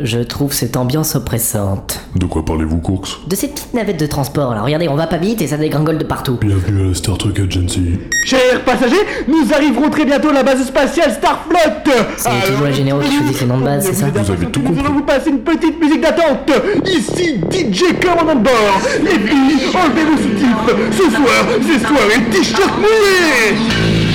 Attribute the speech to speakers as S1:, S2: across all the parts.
S1: Je trouve cette ambiance oppressante.
S2: De quoi parlez-vous, Courx
S1: De cette petite navette de transport là, regardez, on va pas vite et ça dégringole de partout.
S2: Bienvenue à la Star Trek Agency.
S3: Chers passagers, nous arriverons très bientôt à la base spatiale Starfleet
S1: C'est toujours les généraux qui choisissent les noms de base, c'est ça
S2: Vous avez tout
S3: Nous allons
S2: compris.
S3: vous passer une petite musique d'attente Ici DJ Commandant de bord Les filles, enlevez vos soutifs Ce soir, c'est soirée t-shirt mouillé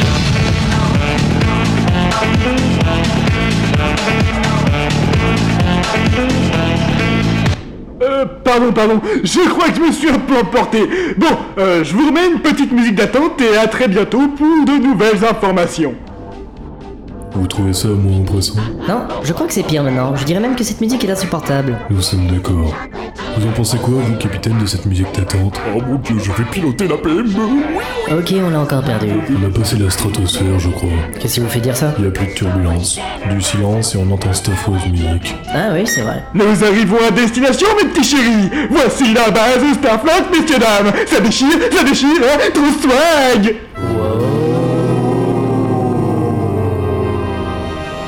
S3: Euh, pardon, pardon, je crois que je me suis un peu emporté. Bon, euh, je vous remets une petite musique d'attente et à très bientôt pour de nouvelles informations.
S2: Vous trouvez ça moins oppressant
S1: Non, je crois que c'est pire maintenant. Je dirais même que cette musique est insupportable.
S2: Nous sommes d'accord. Vous en pensez quoi, vous, capitaine, de cette musique d'attente Oh mon dieu, je vais piloter la E. PME
S1: Ok, on l'a encore perdu.
S2: On a passé la stratosphère, je crois.
S1: Qu'est-ce qui vous fait dire ça
S2: Il n'y a plus de turbulence, du silence et on entend cette affreuse musique.
S1: Ah oui, c'est vrai.
S3: Nous arrivons à destination, mes petits chéris Voici la base Starfleet, messieurs, dames Ça déchire, ça déchire, hein Trop swag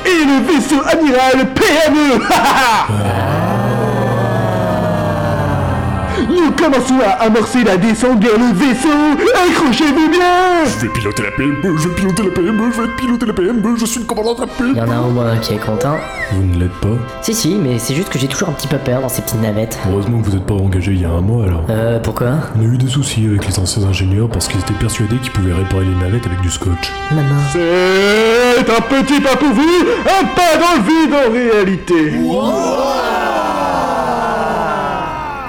S3: Et le vaisseau amiral E. PME ha, ha, ha. Nous commençons à amorcer la descente vers le vaisseau Accrochez-vous bien
S2: Je vais piloter la PME, je vais piloter la PME, je vais piloter la PME, je suis le commandant de la E.
S1: Il y
S2: PME
S1: en a au moins un qui est content.
S2: Vous ne l'êtes pas
S1: Si, si, mais c'est juste que j'ai toujours un petit peu peur dans ces petites navettes.
S2: Heureusement que vous n'êtes pas engagé il y a un mois alors.
S1: Euh, pourquoi
S2: On a eu des soucis avec les anciens ingénieurs parce qu'ils étaient persuadés qu'ils pouvaient réparer les navettes avec du scotch.
S1: Maman.
S3: C'est un petit pas pour vous, un pas dans le vide en réalité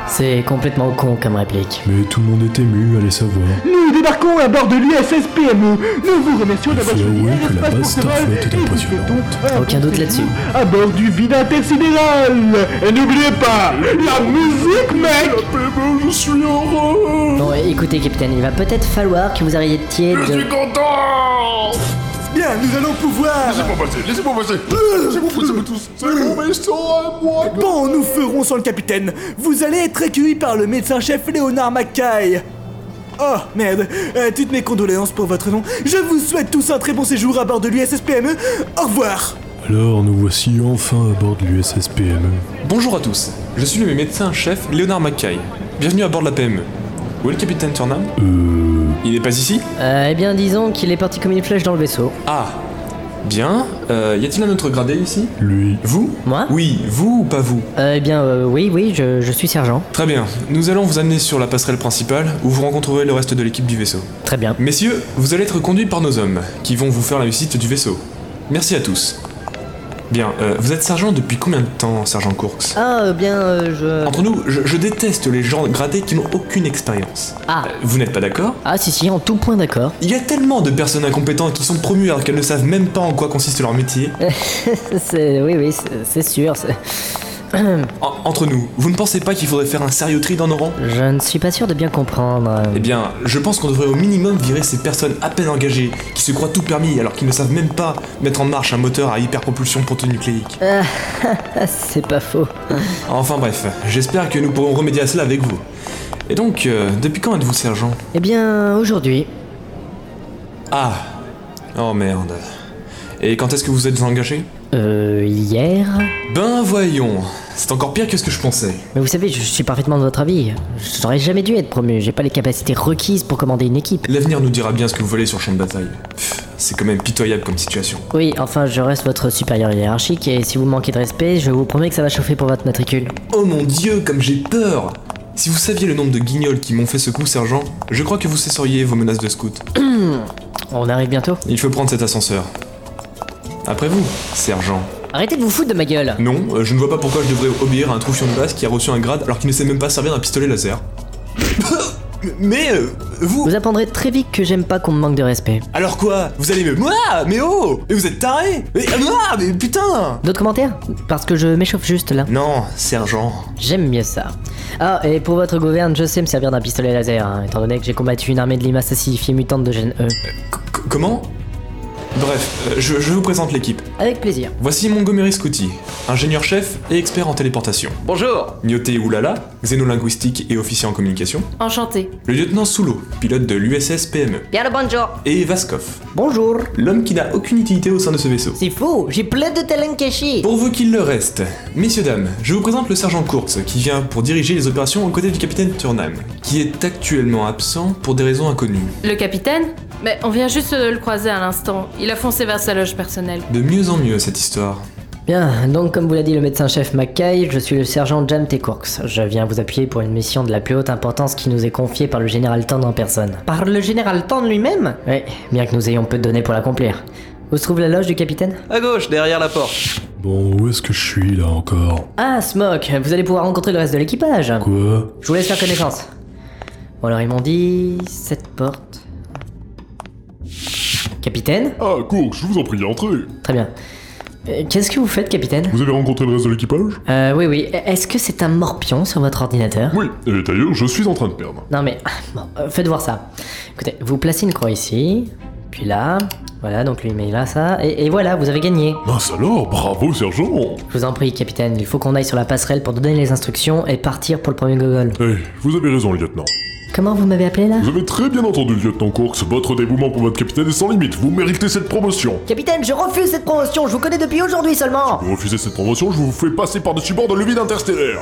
S1: C'est complètement con comme réplique.
S2: Mais tout le monde est ému, allez savoir.
S3: Nous débarquons à bord de l'USS PME. E. Nous vous remercions d'avoir
S2: faut
S3: choisi
S2: avouer
S3: un
S2: que la base
S3: espace temporel
S2: Starfleet est
S3: et vous
S2: impressionnante.
S3: souhaitons un
S1: Aucun doute
S3: bon
S1: là-dessus.
S3: séjour À bord du vide intersidéral. Et n'oubliez pas, la musique, mec
S2: PME, ben, je suis heureux
S1: Bon, écoutez, capitaine, il va peut-être falloir que vous arrêtiez de.
S2: content
S3: Bien, nous allons pouvoir.
S2: Laissez-moi passer, laissez-moi passer Laissez-moi passer tous C'est mon vaisseau à moi
S4: Euh. Bon, nous ferons sans le capitaine. Vous allez être accueilli par le médecin-chef Léonard Mackay. Oh merde, Euh, toutes mes condoléances pour votre nom. Je vous souhaite tous un très bon séjour à bord de l'USS PME. E. Au revoir.
S2: Alors nous voici enfin à bord de l'USS PME.
S5: Bonjour à tous, je suis le médecin-chef Léonard Mackay. Bienvenue à bord de la PME. Où est le capitaine Turnham
S2: Euh...
S5: Il n'est pas ici
S1: Euh, eh bien, disons qu'il est parti comme une flèche dans le vaisseau.
S5: Ah Bien, Euh, y a-t-il un autre gradé ici
S2: Lui...
S5: Vous
S1: Moi
S5: Oui, vous ou pas vous
S1: Euh, eh bien, euh, oui, oui, je, je suis sergent.
S5: Très bien, nous allons vous amener sur la passerelle principale où vous rencontrerez le reste de l'équipe du vaisseau.
S1: Très bien.
S5: Messieurs, vous allez être conduits par nos hommes, qui vont vous faire la visite du vaisseau. Merci à tous. Bien, euh, vous êtes sergent depuis combien de temps, sergent Courx
S1: Ah, euh, bien, euh, je.
S5: Entre nous, je, je déteste les gens gradés qui n'ont aucune expérience.
S1: Ah.
S5: Euh, Vous n'êtes pas d'accord
S1: Ah, si, si, en tout point d'accord.
S5: Il y a tellement de personnes incompétentes qui sont promues alors qu'elles ne savent même pas en quoi consiste leur métier.
S1: C'est. Oui, oui, c'est- c'est sûr. c'est-
S5: En- entre nous, vous ne pensez pas qu'il faudrait faire un sérieux tri dans nos rangs
S1: Je ne suis pas sûr de bien comprendre.
S5: Eh bien, je pense qu'on devrait au minimum virer ces personnes à peine engagées, qui se croient tout permis alors qu'ils ne savent même pas mettre en marche un moteur à hyperpropulsion protonucléique.
S1: Ah, c'est pas faux.
S5: Enfin bref, j'espère que nous pourrons remédier à cela avec vous. Et donc, euh, depuis quand êtes-vous sergent
S1: Eh bien, aujourd'hui.
S5: Ah Oh merde. Et quand est-ce que vous êtes engagé
S1: Euh, hier.
S5: Ben voyons, c'est encore pire que ce que je pensais.
S1: Mais vous savez, je suis parfaitement de votre avis. J'aurais jamais dû être promu. J'ai pas les capacités requises pour commander une équipe.
S5: L'avenir nous dira bien ce que vous voulez sur le champ de bataille. Pff, C'est quand même pitoyable comme situation.
S1: Oui, enfin, je reste votre supérieur hiérarchique et si vous manquez de respect, je vous promets que ça va chauffer pour votre matricule.
S5: Oh mon dieu, comme j'ai peur Si vous saviez le nombre de guignols qui m'ont fait ce coup, sergent, je crois que vous cesseriez vos menaces de scout.
S1: On arrive bientôt.
S5: Il faut prendre cet ascenseur. Après vous, sergent.
S1: Arrêtez de vous foutre de ma gueule.
S5: Non, euh, je ne vois pas pourquoi je devrais obéir à un troufion de base qui a reçu un grade alors qu'il ne sait même pas servir d'un pistolet laser. Mais euh, vous...
S1: Vous apprendrez très vite que j'aime pas qu'on me manque de respect.
S5: Alors quoi Vous allez me... Ouah, mais oh Mais vous êtes taré Mais... ouah, mais putain
S1: D'autres commentaires Parce que je m'échauffe juste là.
S5: Non, sergent.
S1: J'aime mieux ça. Ah, et pour votre gouverne, je sais me servir d'un pistolet laser, hein, étant donné que j'ai combattu une armée de limaces acidifiées mutantes de gène E.
S5: C- comment Bref, euh, je, je vous présente l'équipe.
S1: Avec plaisir.
S5: Voici Montgomery Scotti, ingénieur-chef et expert en téléportation.
S6: Bonjour
S5: Nyoté Oulala, xénolinguistique et officier en communication.
S7: Enchanté.
S5: Le lieutenant Soulo, pilote de l'USS PME.
S6: Y'a le bonjour
S5: E. Et Vaskov,
S1: Bonjour.
S5: l'homme qui n'a aucune utilité au sein de ce vaisseau.
S1: C'est fou, j'ai plein de talents cachés.
S5: Pourvu qu'il le reste. Messieurs, dames, je vous présente le sergent Kurtz, qui vient pour diriger les opérations aux côtés du capitaine Turnham, qui est actuellement absent pour des raisons inconnues.
S7: Le capitaine Mais on vient juste de le croiser à l'instant. Il a foncé vers sa loge personnelle.
S5: De mieux en mieux cette histoire.
S1: Bien, donc comme vous l'a dit le médecin-chef Mackay, je suis le sergent Jam Tecourx. Je viens vous appuyer pour une mission de la plus haute importance qui nous est confiée par le général Tand en personne. Par le général Tand lui-même Oui, bien que nous ayons peu de données pour l'accomplir. Où se trouve la loge du capitaine
S6: À gauche, derrière la porte.
S2: Bon, où est-ce que je suis là encore
S1: Ah, Smoke, vous allez pouvoir rencontrer le reste de l'équipage.
S2: Quoi
S1: Je vous laisse faire connaissance. Bon alors ils m'ont dit... cette porte... Capitaine
S2: Ah, Courx, je vous en prie, entrez
S1: Très bien. Euh, Qu'est-ce que vous faites, capitaine
S2: Vous avez rencontré le reste de l'équipage
S1: Euh, oui, oui. Est-ce que c'est un morpion sur votre ordinateur
S2: Oui, et d'ailleurs, je suis en train de perdre.
S1: Non, mais. Bon, euh, faites voir ça. Écoutez, vous placez une croix ici, puis là. Voilà, donc lui met là, ça. Et, et voilà, vous avez gagné.
S2: Mince alors, bravo, sergent
S1: Je vous en prie, capitaine, il faut qu'on aille sur la passerelle pour donner les instructions et partir pour le premier gogol.
S2: Eh, vous avez raison, lieutenant.
S1: Comment vous m'avez appelé là
S2: Vous avez très bien entendu, lieutenant Courx, votre dévouement pour votre capitaine est sans limite, vous méritez cette promotion
S1: Capitaine, je refuse cette promotion, je vous connais depuis aujourd'hui seulement
S2: Vous refusez cette promotion, je vous fais passer par-dessus bord dans le vide interstellaire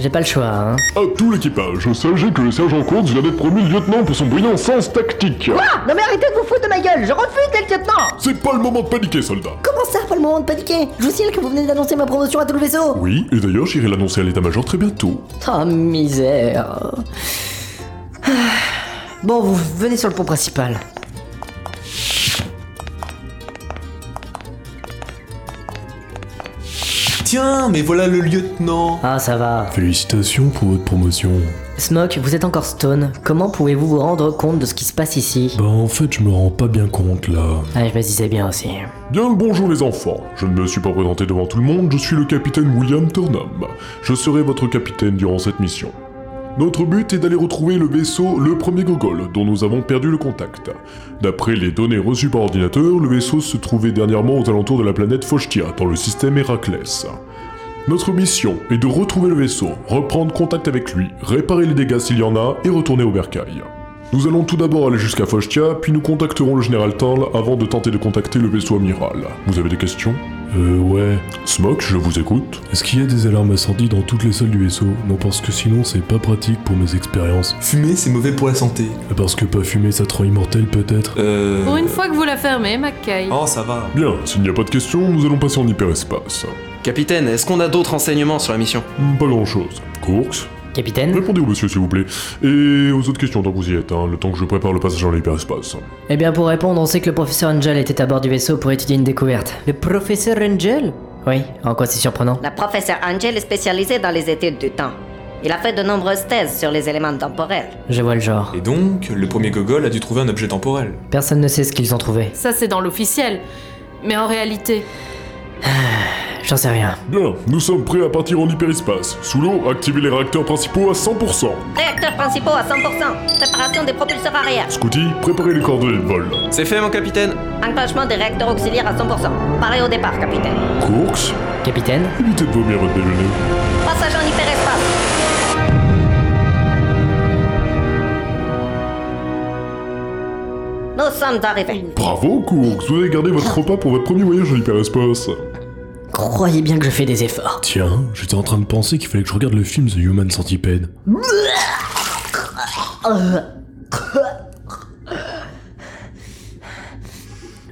S1: J'ai pas le choix, hein.
S2: À tout l'équipage, sachez que le sergent Courx vient d'être promu lieutenant pour son brillant sens tactique
S1: Ah
S8: Non mais arrêtez de vous foutre de ma gueule, je refuse d'être lieutenant
S2: C'est pas le moment de paniquer, soldat
S8: Comment ça, pas le moment de paniquer Je vous signale que vous venez d'annoncer ma promotion à tout le vaisseau
S2: Oui, et d'ailleurs, j'irai l'annoncer à l'état-major très bientôt.
S1: Oh, misère. Ah. Bon, vous venez sur le pont principal.
S5: Tiens, mais voilà le lieutenant
S1: Ah, ça va.
S2: Félicitations pour votre promotion.
S1: Smoke, vous êtes encore stone. Comment pouvez-vous vous rendre compte de ce qui se passe ici
S2: Bah en fait, je me rends pas bien compte là.
S1: Ah, je me disais bien aussi.
S2: Bien le bonjour les enfants. Je ne me suis pas présenté devant tout le monde, je suis le capitaine William Turnham. Je serai votre capitaine durant cette mission. Notre but est d'aller retrouver le vaisseau Le Premier Gogol, dont nous avons perdu le contact. D'après les données reçues par ordinateur, le vaisseau se trouvait dernièrement aux alentours de la planète Fochtia, dans le système Héraclès. Notre mission est de retrouver le vaisseau, reprendre contact avec lui, réparer les dégâts s'il y en a et retourner au bercail. Nous allons tout d'abord aller jusqu'à Fochtia, puis nous contacterons le général Tarl avant de tenter de contacter le vaisseau amiral. Vous avez des questions Euh, ouais. Smoke, je vous écoute. Est-ce qu'il y a des alarmes incendies dans toutes les salles du vaisseau Non, parce que sinon c'est pas pratique pour mes expériences.
S5: Fumer, c'est mauvais pour la santé.
S2: Parce que pas fumer ça te rend immortel peut-être
S5: Euh...
S7: Pour une fois que vous la fermez, Mackay.
S5: Oh, ça va.
S2: Bien, s'il n'y a pas de questions, nous allons passer en hyperespace.
S6: Capitaine, est-ce qu'on a d'autres renseignements sur la mission
S2: Hmm, Pas grand-chose. Course
S1: Capitaine
S2: Répondez au monsieur, s'il vous plaît. Et aux autres questions, tant que vous y êtes, hein, le temps que je prépare le passage en l'hyperespace.
S1: Eh bien, pour répondre, on sait que le professeur Angel était à bord du vaisseau pour étudier une découverte. Le professeur Angel Oui, en quoi c'est surprenant
S8: La professeure Angel est spécialisée dans les études du temps. Il a fait de nombreuses thèses sur les éléments temporels.
S1: Je vois le genre.
S5: Et donc, le premier gogol a dû trouver un objet temporel.
S1: Personne ne sait ce qu'ils ont trouvé.
S7: Ça, c'est dans l'officiel. Mais en réalité,
S1: J'en sais rien.
S2: Bien, nous sommes prêts à partir en hyperespace. Sous l'eau, activez les réacteurs principaux à 100%.
S8: Réacteurs principaux à 100%, préparation des propulseurs arrière,
S2: Scouty, préparez les coordonnées de vol.
S6: C'est fait, mon capitaine
S8: enclenchement des réacteurs auxiliaires à 100%. Pareil au départ, capitaine.
S2: Course,
S1: Capitaine
S2: évitez de vomir votre déjeuner.
S8: Passage en hyperespace. Nous sommes arrivés.
S2: Bravo, Courx, vous avez gardé votre repas pour votre premier voyage en hyperespace.
S1: Croyez bien que je fais des efforts.
S2: Tiens, j'étais en train de penser qu'il fallait que je regarde le film The Human Centipede.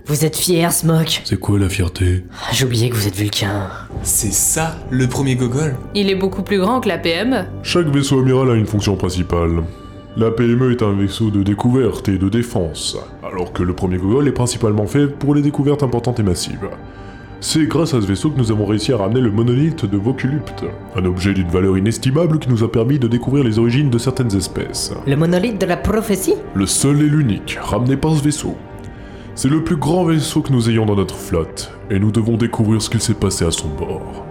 S1: Vous êtes fier, Smoke
S2: C'est quoi la fierté
S1: J'ai oublié que vous êtes vulcain.
S5: C'est ça, le premier gogol
S7: il est beaucoup plus grand que la PME.
S2: Chaque vaisseau amiral a une fonction principale. La PME est un vaisseau de découverte et de défense, alors que le premier Gogol est principalement fait pour les découvertes importantes et massives. C'est grâce à ce vaisseau que nous avons réussi à ramener le monolithe de Voculupt, un objet d'une valeur inestimable qui nous a permis de découvrir les origines de certaines espèces.
S1: Le monolithe de la prophétie
S2: Le seul et l'unique, ramené par ce vaisseau. C'est le plus grand vaisseau que nous ayons dans notre flotte, et nous devons découvrir ce qu'il s'est passé à son bord.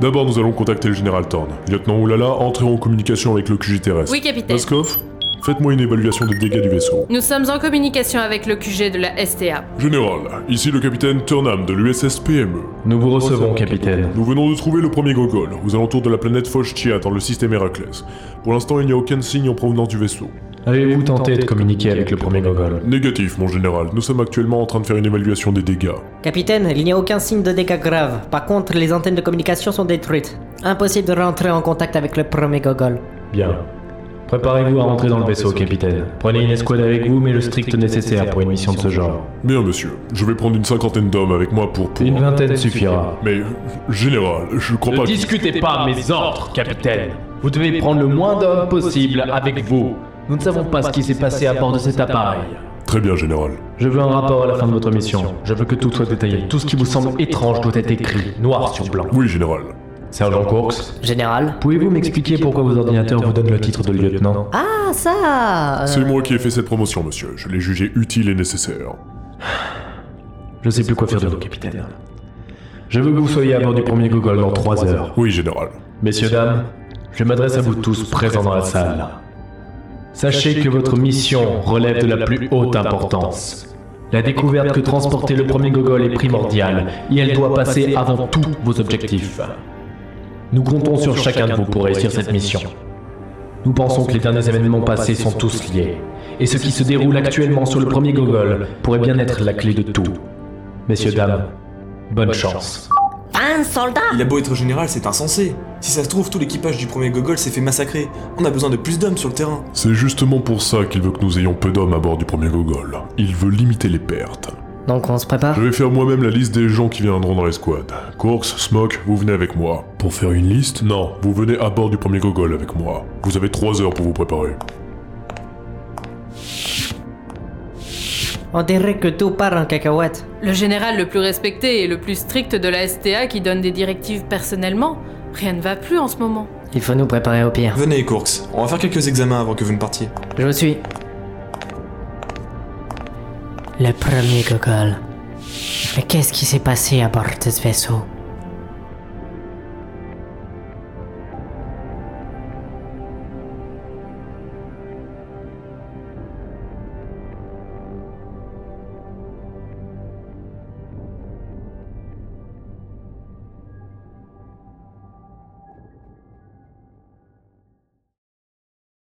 S2: D'abord, nous allons contacter le général Thorne. Lieutenant Oulala, entrez en communication avec le QG terrestre.
S7: Oui, capitaine.
S2: Vaskov, Faites-moi une évaluation des dégâts du vaisseau.
S7: Nous sommes en communication avec le QG de la STA.
S2: Général, ici le capitaine Turnham de l'USS PME.
S9: Nous vous recevons, capitaine.
S2: E. Nous venons de trouver le premier gogol, aux alentours de la planète Fochtia dans le système Héraclès. Pour l'instant, il n'y a aucun signe en provenance du vaisseau.
S9: Avez-vous tenté de communiquer avec le premier Gogol
S2: Négatif, mon général. Nous sommes actuellement en train de faire une évaluation des dégâts.
S1: Capitaine, il n'y a aucun signe de dégâts graves. Par contre, les antennes de communication sont détruites. Impossible de rentrer en contact avec le premier gogol.
S9: Bien. Préparez-vous à rentrer dans le vaisseau, capitaine. Prenez une escouade avec vous, mais le strict nécessaire pour une mission de ce genre.
S2: Bien, monsieur. Je vais prendre une cinquantaine d'hommes avec moi pour... pour...
S9: Une vingtaine suffira.
S2: Mais, euh, général, je crois
S9: Ne
S2: pas... que-
S9: discutez pas mes ordres, capitaine. Vous devez prendre le moins d'hommes possible avec vous. Nous ne savons pas ce qui s'est passé à bord de cet appareil.
S2: Très bien, général.
S9: Je veux un rapport à la fin de votre mission. Je veux que tout soit détaillé. Tout ce qui vous semble étrange doit être écrit, noir sur blanc.
S2: Oui, général.
S9: Sergent Courx,
S1: Général
S9: pouvez-vous m'expliquer pourquoi vos ordinateurs vous donnent le titre de lieutenant
S8: Ah, ça euh,
S2: C'est moi qui ai fait cette promotion, monsieur. Je l'ai jugée utile et nécessaire.
S9: Je sais plus quoi faire de vous, capitaine. Je veux que vous soyez à bord du premier Google dans 3 heures.
S2: Oui, général.
S9: Messieurs, dames, je m'adresse à vous tous présents dans la salle. Sachez que votre mission relève de la plus haute importance. La découverte que transportait le premier Gogol est primordiale et elle doit passer avant tous vos objectifs. Nous comptons sur chacun de vous pour réussir cette mission. Nous pensons que les derniers événements passés sont tous liés et ce qui se déroule actuellement sur le premier Gogol pourrait bien être la clé de tout. Messieurs, dames, bonne chance.
S8: 20 soldats
S5: Il a beau être général, c'est insensé. Si ça se trouve, tout l'équipage du premier Gogol s'est fait massacrer. On a besoin de plus d'hommes sur le terrain.
S2: C'est justement pour ça qu'il veut que nous ayons peu d'hommes à bord du premier gogol. Il veut limiter les pertes.
S1: Donc on se prépare
S2: Je vais faire moi-même la liste des gens qui viendront dans l'escouade. Corks, Smoke, vous venez avec moi. Pour faire une liste Non, vous venez à bord du premier gogol avec moi. Vous avez trois heures pour vous préparer.
S1: On dirait que tout part en cacahuète.
S7: Le général le plus respecté et le plus strict de la STA qui donne des directives personnellement, rien ne va plus en ce moment.
S1: Il faut nous préparer au pire.
S5: Venez, Courx. On va faire quelques examens avant que vous ne partiez.
S1: Je me suis. Le premier gogol. Mais qu'est-ce qui s'est passé à bord de ce vaisseau